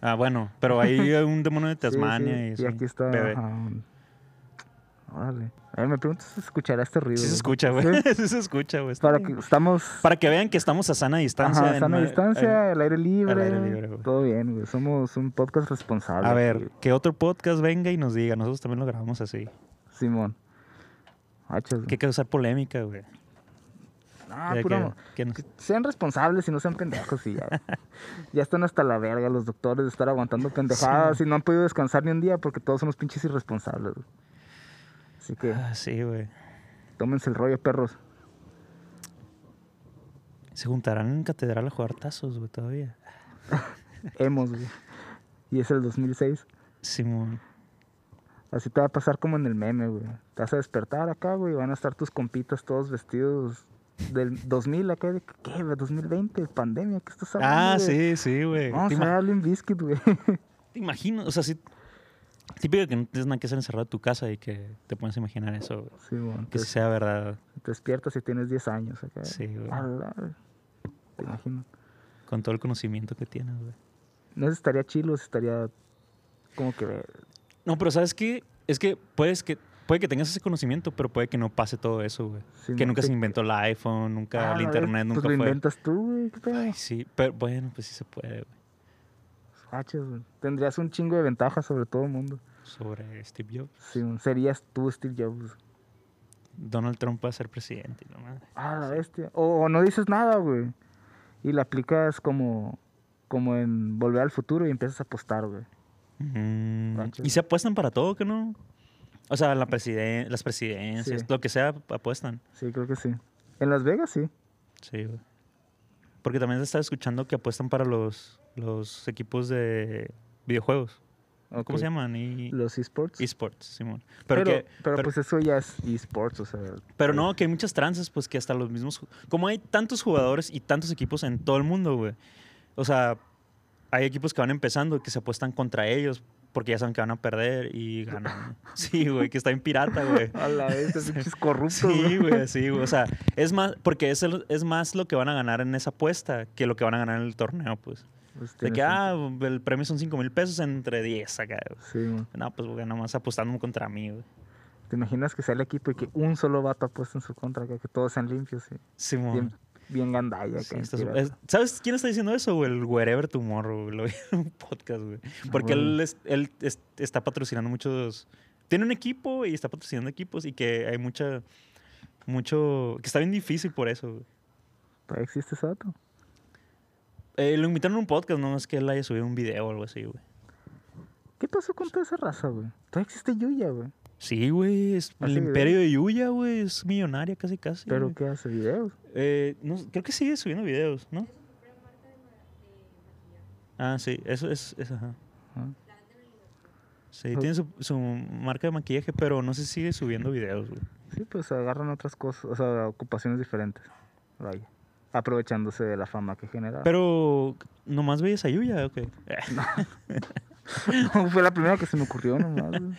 [SPEAKER 1] Ah, bueno, pero ahí hay un demonio de
[SPEAKER 2] sí,
[SPEAKER 1] Tasmania
[SPEAKER 2] sí,
[SPEAKER 1] y eso.
[SPEAKER 2] Y aquí está.
[SPEAKER 1] Bebé.
[SPEAKER 2] ajá, un- Órale. A ver, me pregunto si se escuchará este ruido.
[SPEAKER 1] Sí se
[SPEAKER 2] güey.
[SPEAKER 1] escucha, güey.
[SPEAKER 2] Sí.
[SPEAKER 1] Sí se escucha, güey. Está
[SPEAKER 2] Para
[SPEAKER 1] bien.
[SPEAKER 2] que estamos.
[SPEAKER 1] Para que vean que estamos a sana distancia.
[SPEAKER 2] Ajá,
[SPEAKER 1] en
[SPEAKER 2] sana
[SPEAKER 1] una-
[SPEAKER 2] distancia, al aire libre.
[SPEAKER 1] aire libre, güey.
[SPEAKER 2] Todo bien, güey. Somos un podcast responsable.
[SPEAKER 1] A ver,
[SPEAKER 2] güey.
[SPEAKER 1] que otro podcast venga y nos diga. Nosotros también lo grabamos así.
[SPEAKER 2] Simón. Hachas, güey.
[SPEAKER 1] Que hay que usar polémica, güey.
[SPEAKER 2] Ah,
[SPEAKER 1] De
[SPEAKER 2] puro
[SPEAKER 1] que-
[SPEAKER 2] amor.
[SPEAKER 1] que nos-
[SPEAKER 2] Que Sean responsables y no sean pendejos y ya. ya están hasta la verga los doctores de estar aguantando pendejadas y no han podido descansar ni un día porque todos son unos pinches irresponsables. güey. Así que
[SPEAKER 1] Ah, sí, güey.
[SPEAKER 2] tómense el rollo, perros.
[SPEAKER 1] Se juntarán en catedral a jugar tazos, güey, todavía.
[SPEAKER 2] Hemos, güey. Y es el 2006.
[SPEAKER 1] Simón.
[SPEAKER 2] Así te va a pasar como en el meme, güey. Te vas a despertar acá, güey. y Van a estar tus compitas todos vestidos del 2000 acá. De, que, ¿Qué, güey? 2020, pandemia, ¿qué estás hablando?
[SPEAKER 1] Ah, sí,
[SPEAKER 2] güey?
[SPEAKER 1] sí, güey.
[SPEAKER 2] Vamos
[SPEAKER 1] Te,
[SPEAKER 2] a
[SPEAKER 1] ima-
[SPEAKER 2] darle un biscuit, güey.
[SPEAKER 1] te imagino, o sea, sí. Típico que no tienes nada que hacer encerrado en tu casa y que te puedes imaginar eso, güey.
[SPEAKER 2] Sí, bueno,
[SPEAKER 1] Que sea verdad.
[SPEAKER 2] te despiertas y tienes 10 años acá.
[SPEAKER 1] Sí, güey.
[SPEAKER 2] A la ver- Te imagino.
[SPEAKER 1] Con todo el conocimiento que tienes, güey.
[SPEAKER 2] No sé si estaría chilo, si estaría como que eh,
[SPEAKER 1] No, pero ¿sabes qué? Es que puedes que. Puede que tengas ese conocimiento, pero puede que no pase todo eso, güey.
[SPEAKER 2] Sí,
[SPEAKER 1] que
[SPEAKER 2] no,
[SPEAKER 1] nunca
[SPEAKER 2] sí.
[SPEAKER 1] se inventó el iPhone, nunca
[SPEAKER 2] a
[SPEAKER 1] el
[SPEAKER 2] la
[SPEAKER 1] internet,
[SPEAKER 2] vez,
[SPEAKER 1] nunca
[SPEAKER 2] pues lo
[SPEAKER 1] fue.
[SPEAKER 2] inventas tú, güey, qué pedo.
[SPEAKER 1] Ay, sí, pero bueno, pues sí se puede, güey.
[SPEAKER 2] Hachas, güey. Tendrías un chingo de ventaja sobre todo el mundo.
[SPEAKER 1] Sobre este, Steve Jobs.
[SPEAKER 2] Sí, güey. serías tú Steve Jobs.
[SPEAKER 1] Donald Trump va a ser presidente, y la madre.
[SPEAKER 2] Ah, la bestia. O, o no dices nada, güey. Y la aplicas como como en Volver al Futuro y empiezas a apostar, güey.
[SPEAKER 1] Mm,
[SPEAKER 2] Ranchos.
[SPEAKER 1] y se apuestan para todo, que no? O sea, la presiden- las presidencias,
[SPEAKER 2] Sí.
[SPEAKER 1] lo que sea, ap- apuestan.
[SPEAKER 2] Sí, creo que sí. En Las Vegas sí.
[SPEAKER 1] Sí, güey. Porque también estaba escuchando que apuestan para los, los equipos de videojuegos. ¿Cómo
[SPEAKER 2] Ok.
[SPEAKER 1] se llaman? Y,
[SPEAKER 2] Los esports.
[SPEAKER 1] esports, Simón. Pero,
[SPEAKER 2] pero, pero,
[SPEAKER 1] que, pero,
[SPEAKER 2] pues eso ya es esports, o sea.
[SPEAKER 1] pero no, que hay muchas tranzas, pues que hasta los mismos. ju- Como hay tantos jugadores y tantos equipos en todo el mundo, güey. O sea, hay equipos que van empezando que se apuestan contra ellos porque ya saben que van a perder y ganan. Sí, güey, que está en pirata, güey.
[SPEAKER 2] A la vez, esos pinches corruptos,
[SPEAKER 1] Sí,
[SPEAKER 2] güey.
[SPEAKER 1] güey, sí, güey. O sea, es más, porque es, el- es más lo que van a ganar en esa apuesta que lo que van a ganar en el torneo, pues.
[SPEAKER 2] Pues
[SPEAKER 1] De
[SPEAKER 2] tiene
[SPEAKER 1] que, ah, el premio son 5 mil pesos entre 10 acá. güey.
[SPEAKER 2] sentido. Sí, mo.
[SPEAKER 1] No, pues, güey, nada más apostando contra mí, güey.
[SPEAKER 2] ¿Te imaginas que sea el equipo y que un solo vato apuesta en su contra, que, que todos sean limpios? sí?
[SPEAKER 1] Simón.
[SPEAKER 2] Bien, bien gandalla.
[SPEAKER 1] Sí,
[SPEAKER 2] acá,
[SPEAKER 1] está
[SPEAKER 2] pirata.
[SPEAKER 1] su- es- ¿Sabes quién está diciendo eso? güey? El Wherever Tomorrow. güey. Lo vi en un podcast, güey. Porque él, es- él es- está patrocinando muchos. Tiene un equipo y está patrocinando equipos y que hay mucha. Mucho. Que está bien difícil por eso, güey.
[SPEAKER 2] ¿Todavía existe ese vato?
[SPEAKER 1] Eh, lo invitaron a un podcast, no es que él haya subido un video o algo así, güey.
[SPEAKER 2] ¿Qué pasó con toda esa raza, güey? Todavía existe Yuya, güey.
[SPEAKER 1] Sí, güey. es
[SPEAKER 2] ¿Hace
[SPEAKER 1] El imperio de Yuya, güey. Es millonaria casi, casi.
[SPEAKER 2] Ah, ¿Pero
[SPEAKER 1] güey.
[SPEAKER 2] qué hace? ¿Videos?
[SPEAKER 1] Eh, no, creo que sigue subiendo videos, ¿no? Ah, sí, eso es, es- ajá.
[SPEAKER 2] Ah.
[SPEAKER 1] Sí,
[SPEAKER 2] Ah.
[SPEAKER 1] tiene su, su marca de maquillaje, pero no se sigue subiendo videos, güey.
[SPEAKER 2] Sí, pues agarran otras cosas, o sea, ocupaciones diferentes. Vaya. Aprovechándose de la fama que genera.
[SPEAKER 1] Pero, ¿nomás veías a Yuya o qué?
[SPEAKER 2] fue la primera que se me ocurrió nomás. güey.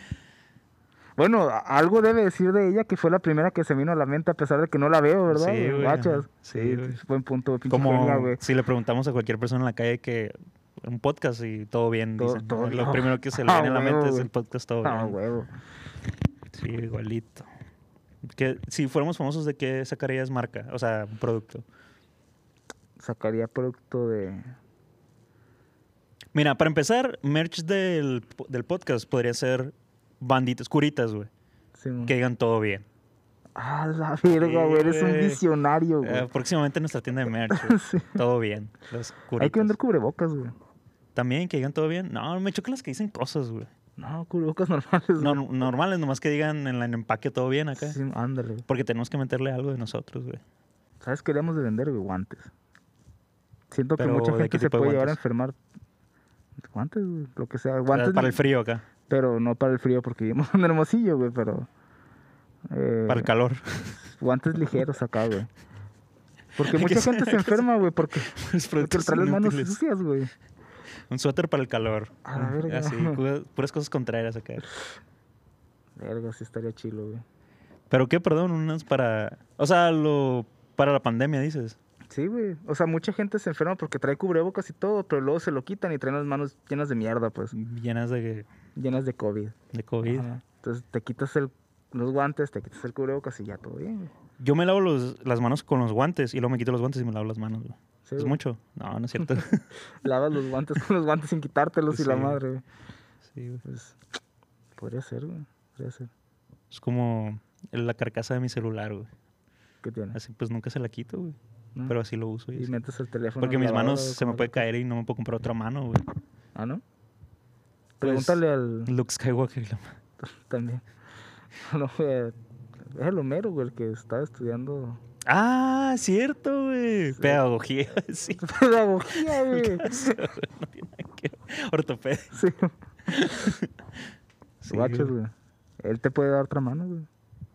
[SPEAKER 2] Bueno, a- algo debe decir de ella que fue la primera que se me vino a la mente, a pesar de que no la veo, ¿verdad?
[SPEAKER 1] Sí,
[SPEAKER 2] güey?
[SPEAKER 1] güey,
[SPEAKER 2] Guachas.
[SPEAKER 1] ajá. Sí,
[SPEAKER 2] Sí,
[SPEAKER 1] güey.
[SPEAKER 2] buen punto, pinche
[SPEAKER 1] Como
[SPEAKER 2] genia, güey.
[SPEAKER 1] si le preguntamos a cualquier persona en la calle que un podcast y todo bien,
[SPEAKER 2] Todo-
[SPEAKER 1] dicen,
[SPEAKER 2] todo
[SPEAKER 1] ¿no? Lo
[SPEAKER 2] bien.
[SPEAKER 1] primero que se le
[SPEAKER 2] Ah,
[SPEAKER 1] viene a la
[SPEAKER 2] huevo,
[SPEAKER 1] mente es
[SPEAKER 2] güey.
[SPEAKER 1] el podcast todo
[SPEAKER 2] Ah,
[SPEAKER 1] bien.
[SPEAKER 2] huevo.
[SPEAKER 1] Sí, igualito. Que, si fuéramos famosos, ¿de qué sacarías marca? O sea, un producto.
[SPEAKER 2] Sacaría producto de.
[SPEAKER 1] Mira, para empezar, merch del, po- del podcast podría ser banditas, curitas, güey.
[SPEAKER 2] Simón.
[SPEAKER 1] Que digan todo bien.
[SPEAKER 2] Ah, la verga,
[SPEAKER 1] Sí,
[SPEAKER 2] güey. Eres un
[SPEAKER 1] güey.
[SPEAKER 2] visionario, güey.
[SPEAKER 1] Eh, próximamente en nuestra tienda de merch. güey.
[SPEAKER 2] Sí.
[SPEAKER 1] Todo bien. Las
[SPEAKER 2] Hay que
[SPEAKER 1] curitas.
[SPEAKER 2] vender cubrebocas, güey.
[SPEAKER 1] También que digan todo bien. No, me chocan las que dicen cosas, güey.
[SPEAKER 2] No, cubrebocas normales. güey.
[SPEAKER 1] No, normales, nomás que digan en la- en el empaque todo bien acá.
[SPEAKER 2] Pues Sí, ándale. güey.
[SPEAKER 1] Porque tenemos que meterle algo de nosotros, güey.
[SPEAKER 2] ¿Sabes qué debemos de vender, güey? Guantes. Siento que
[SPEAKER 1] Pero,
[SPEAKER 2] mucha
[SPEAKER 1] ¿de qué
[SPEAKER 2] gente se
[SPEAKER 1] tipo de
[SPEAKER 2] puede llevar a
[SPEAKER 1] guantes?
[SPEAKER 2] enfermar. Guantes, güey. Lo que sea.
[SPEAKER 1] Para-
[SPEAKER 2] Guantes.
[SPEAKER 1] para el frío acá,
[SPEAKER 2] Pero no para el frío porque vivimos en Hermosillo, güey, pero... eh,
[SPEAKER 1] para el calor.
[SPEAKER 2] guantes ligeros acá, güey. Porque mucha gente se enferma, güey, porque,
[SPEAKER 1] Los
[SPEAKER 2] porque
[SPEAKER 1] productos
[SPEAKER 2] trae las manos
[SPEAKER 1] inútiles.
[SPEAKER 2] sucias, güey.
[SPEAKER 1] Un suéter para el calor.
[SPEAKER 2] A la verga.
[SPEAKER 1] Así, puras- puras cosas contrarias acá.
[SPEAKER 2] Verga, sí estaría chilo, güey.
[SPEAKER 1] ¿Pero qué, perdón? Unas para. O sea, lo. Para la pandemia, dices.
[SPEAKER 2] Sí, güey. O sea, mucha gente se enferma porque trae cubrebocas y todo, pero luego se lo quitan y traen las manos llenas de mierda, pues.
[SPEAKER 1] Llenas de,
[SPEAKER 2] Llenas de COVID.
[SPEAKER 1] de COVID.
[SPEAKER 2] Ajá. Entonces te quitas el, los guantes, te quitas el cubrebocas y ya todo bien, güey.
[SPEAKER 1] Yo me lavo los- las manos con los guantes y luego me quito los guantes y me lavo las manos, güey.
[SPEAKER 2] Sí,
[SPEAKER 1] ¿Es
[SPEAKER 2] güey.
[SPEAKER 1] mucho? No, no es cierto.
[SPEAKER 2] Lavas los guantes con los guantes sin quitártelos y la
[SPEAKER 1] Sí.
[SPEAKER 2] madre, güey.
[SPEAKER 1] Sí, güey.
[SPEAKER 2] Pues, podría ser, güey. Podría ser.
[SPEAKER 1] Es como la carcasa de mi celular, güey.
[SPEAKER 2] ¿Qué tiene?
[SPEAKER 1] Así pues nunca se la quito, güey.
[SPEAKER 2] ¿no?
[SPEAKER 1] Pero así lo uso. y
[SPEAKER 2] y
[SPEAKER 1] así.
[SPEAKER 2] metes el teléfono.
[SPEAKER 1] Porque
[SPEAKER 2] en la
[SPEAKER 1] mis manos
[SPEAKER 2] lavadora,
[SPEAKER 1] se me
[SPEAKER 2] como-
[SPEAKER 1] puede caer y no me puedo comprar otra mano, güey.
[SPEAKER 2] Ah, ¿no?
[SPEAKER 1] Pues-
[SPEAKER 2] Pregúntale al.
[SPEAKER 1] Luke Skywalker. y la ma-
[SPEAKER 2] También. No, güey. Es el Homero, güey, el que estaba estudiando
[SPEAKER 1] Ah, cierto, güey.
[SPEAKER 2] Sí.
[SPEAKER 1] Pedagogía, sí.
[SPEAKER 2] pedagogía, güey.
[SPEAKER 1] no tiene nada que ver. Ortopedia.
[SPEAKER 2] Sí,
[SPEAKER 1] Sí,
[SPEAKER 2] guachos,
[SPEAKER 1] güey.
[SPEAKER 2] güey. Él te puede dar otra mano, güey.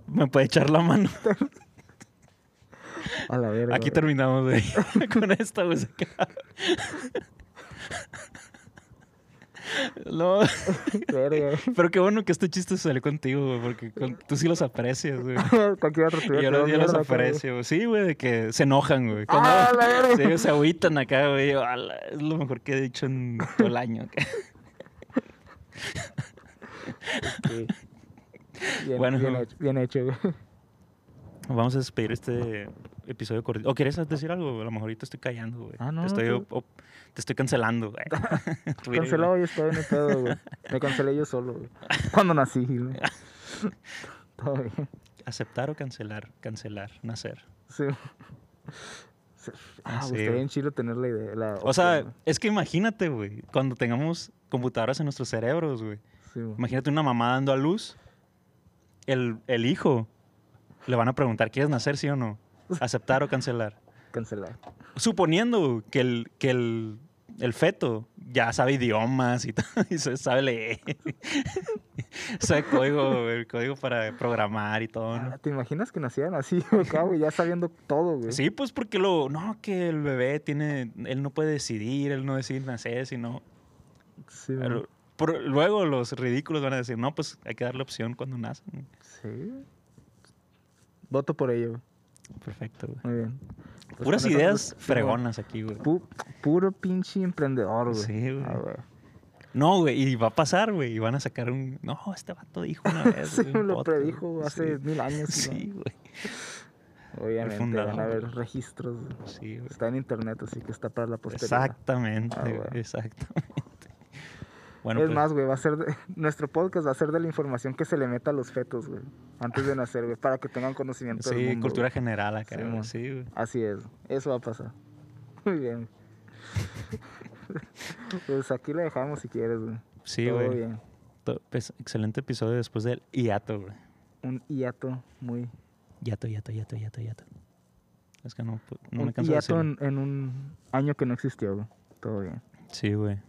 [SPEAKER 1] me puede echar la mano.
[SPEAKER 2] A la verga.
[SPEAKER 1] Aquí
[SPEAKER 2] güey.
[SPEAKER 1] terminamos, güey. Con esta, güey. se acaba. No,
[SPEAKER 2] Verga,
[SPEAKER 1] pero qué bueno que este chiste salió contigo, güey, porque con- tú sí los aprecias, güey.
[SPEAKER 2] güey. Cualquier otro
[SPEAKER 1] Y
[SPEAKER 2] tuviera
[SPEAKER 1] yo los,
[SPEAKER 2] quedado
[SPEAKER 1] yo los
[SPEAKER 2] mierda, acá, güey.
[SPEAKER 1] aprecio, güey. Sí, güey, de que se enojan, güey. Cuando-
[SPEAKER 2] Ah, la verga.
[SPEAKER 1] Sí, se agüitan acá, güey. Yo, "Ala, Es lo mejor que he dicho en todo el año. acá".
[SPEAKER 2] Sí. Bien,
[SPEAKER 1] Bueno,
[SPEAKER 2] bien
[SPEAKER 1] güey.
[SPEAKER 2] hecho, bien hecho, güey.
[SPEAKER 1] Vamos a despedir este episodio cortito. ¿O quieres decir algo? güey? A lo mejor ahorita estoy callando, güey.
[SPEAKER 2] Ah, no,
[SPEAKER 1] Te estoy,
[SPEAKER 2] tú-
[SPEAKER 1] op- te estoy cancelando, güey. Twitter,
[SPEAKER 2] Cancelado
[SPEAKER 1] güey.
[SPEAKER 2] yo estoy en el pedo, güey. Me cancelé yo solo, güey. Cuando nací, güey. Todo bien.
[SPEAKER 1] Aceptar o cancelar. Cancelar, nacer.
[SPEAKER 2] Sí. Sí. Ah,
[SPEAKER 1] Sí,
[SPEAKER 2] güey, está
[SPEAKER 1] güey.
[SPEAKER 2] bien chido tener la idea. la
[SPEAKER 1] O sea,
[SPEAKER 2] opción,
[SPEAKER 1] es que imagínate, güey, cuando tengamos computadoras en nuestros cerebros, güey.
[SPEAKER 2] güey. Sí, güey.
[SPEAKER 1] Imagínate una mamá dando a luz. El, el hijo le van a preguntar, ¿quieres nacer, sí o no? ¿Aceptar o cancelar?
[SPEAKER 2] cancelar.
[SPEAKER 1] Suponiendo que el, que el, el feto ya sabe idiomas y, todo, y se sabe leer. sabe código, el código para programar y todo, ¿no?
[SPEAKER 2] Ah, ¿Te imaginas que nacieran así, güey, acá, güey? Ya sabiendo todo, güey.
[SPEAKER 1] Sí, pues porque lo. No, que el bebé tiene. Él no puede decidir, él no decide nacer, sino.
[SPEAKER 2] Sí, güey.
[SPEAKER 1] Pero- pero luego los ridículos van a decir, no, pues hay que darle opción cuando nacen.
[SPEAKER 2] Sí, güey. Voto por ello, güey.
[SPEAKER 1] Perfecto, güey.
[SPEAKER 2] Muy bien. Pues
[SPEAKER 1] Puras
[SPEAKER 2] con eso,
[SPEAKER 1] ideas
[SPEAKER 2] pues, sí, güey.
[SPEAKER 1] fregonas aquí, güey.
[SPEAKER 2] Pu- puro pinche emprendedor, güey.
[SPEAKER 1] Sí, güey.
[SPEAKER 2] Ah, güey.
[SPEAKER 1] No, güey, y va a pasar, güey, y van a sacar un... No, este vato dijo una vez.
[SPEAKER 2] Sí,
[SPEAKER 1] güey,
[SPEAKER 2] me
[SPEAKER 1] un
[SPEAKER 2] lo
[SPEAKER 1] podcast,
[SPEAKER 2] predijo
[SPEAKER 1] güey.
[SPEAKER 2] hace
[SPEAKER 1] Sí.
[SPEAKER 2] mil años.
[SPEAKER 1] Sí,
[SPEAKER 2] Sí.
[SPEAKER 1] güey.
[SPEAKER 2] Obviamente,
[SPEAKER 1] fundador.
[SPEAKER 2] van a haber registros.
[SPEAKER 1] Sí, güey.
[SPEAKER 2] Está en internet, así que está para la posteridad.
[SPEAKER 1] Exactamente,
[SPEAKER 2] Ah,
[SPEAKER 1] güey,
[SPEAKER 2] güey.
[SPEAKER 1] exactamente. Bueno,
[SPEAKER 2] es
[SPEAKER 1] pues,
[SPEAKER 2] más, güey, va a ser de- nuestro podcast va a ser de la información que se le meta a los fetos, güey, antes de nacer, güey, para que tengan conocimiento del
[SPEAKER 1] sí,
[SPEAKER 2] mundo,
[SPEAKER 1] cultura
[SPEAKER 2] güey.
[SPEAKER 1] general acá,
[SPEAKER 2] Sí,
[SPEAKER 1] güey,
[SPEAKER 2] mon.
[SPEAKER 1] sí, güey.
[SPEAKER 2] Así es, eso va a pasar. Muy bien. pues aquí la dejamos si quieres, güey.
[SPEAKER 1] Sí,
[SPEAKER 2] Todo
[SPEAKER 1] güey.
[SPEAKER 2] bien.
[SPEAKER 1] To- pues, excelente episodio después del hiato, güey.
[SPEAKER 2] Un hiato muy
[SPEAKER 1] Hiato, hiato, hiato, hiato, hiato. Es que no, pu- no
[SPEAKER 2] un
[SPEAKER 1] me canso de
[SPEAKER 2] hiato
[SPEAKER 1] decirlo.
[SPEAKER 2] en, en un año que no existió, güey. Todo bien.
[SPEAKER 1] Sí, güey.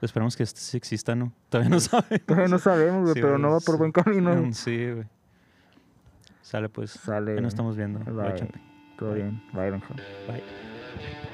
[SPEAKER 1] Esperemos que este sí exista, ¿no? Todavía no sabe.
[SPEAKER 2] Todavía no sabemos, güey,
[SPEAKER 1] Sí,
[SPEAKER 2] pero
[SPEAKER 1] güey,
[SPEAKER 2] no va por
[SPEAKER 1] sí.
[SPEAKER 2] buen camino. güey.
[SPEAKER 1] Sí, güey. Sale, pues.
[SPEAKER 2] Sale,
[SPEAKER 1] Ahí
[SPEAKER 2] güey.
[SPEAKER 1] nos estamos viendo.
[SPEAKER 2] Bye.
[SPEAKER 1] Guáchate.
[SPEAKER 2] Todo bien. Bye, Benja.
[SPEAKER 1] Bye.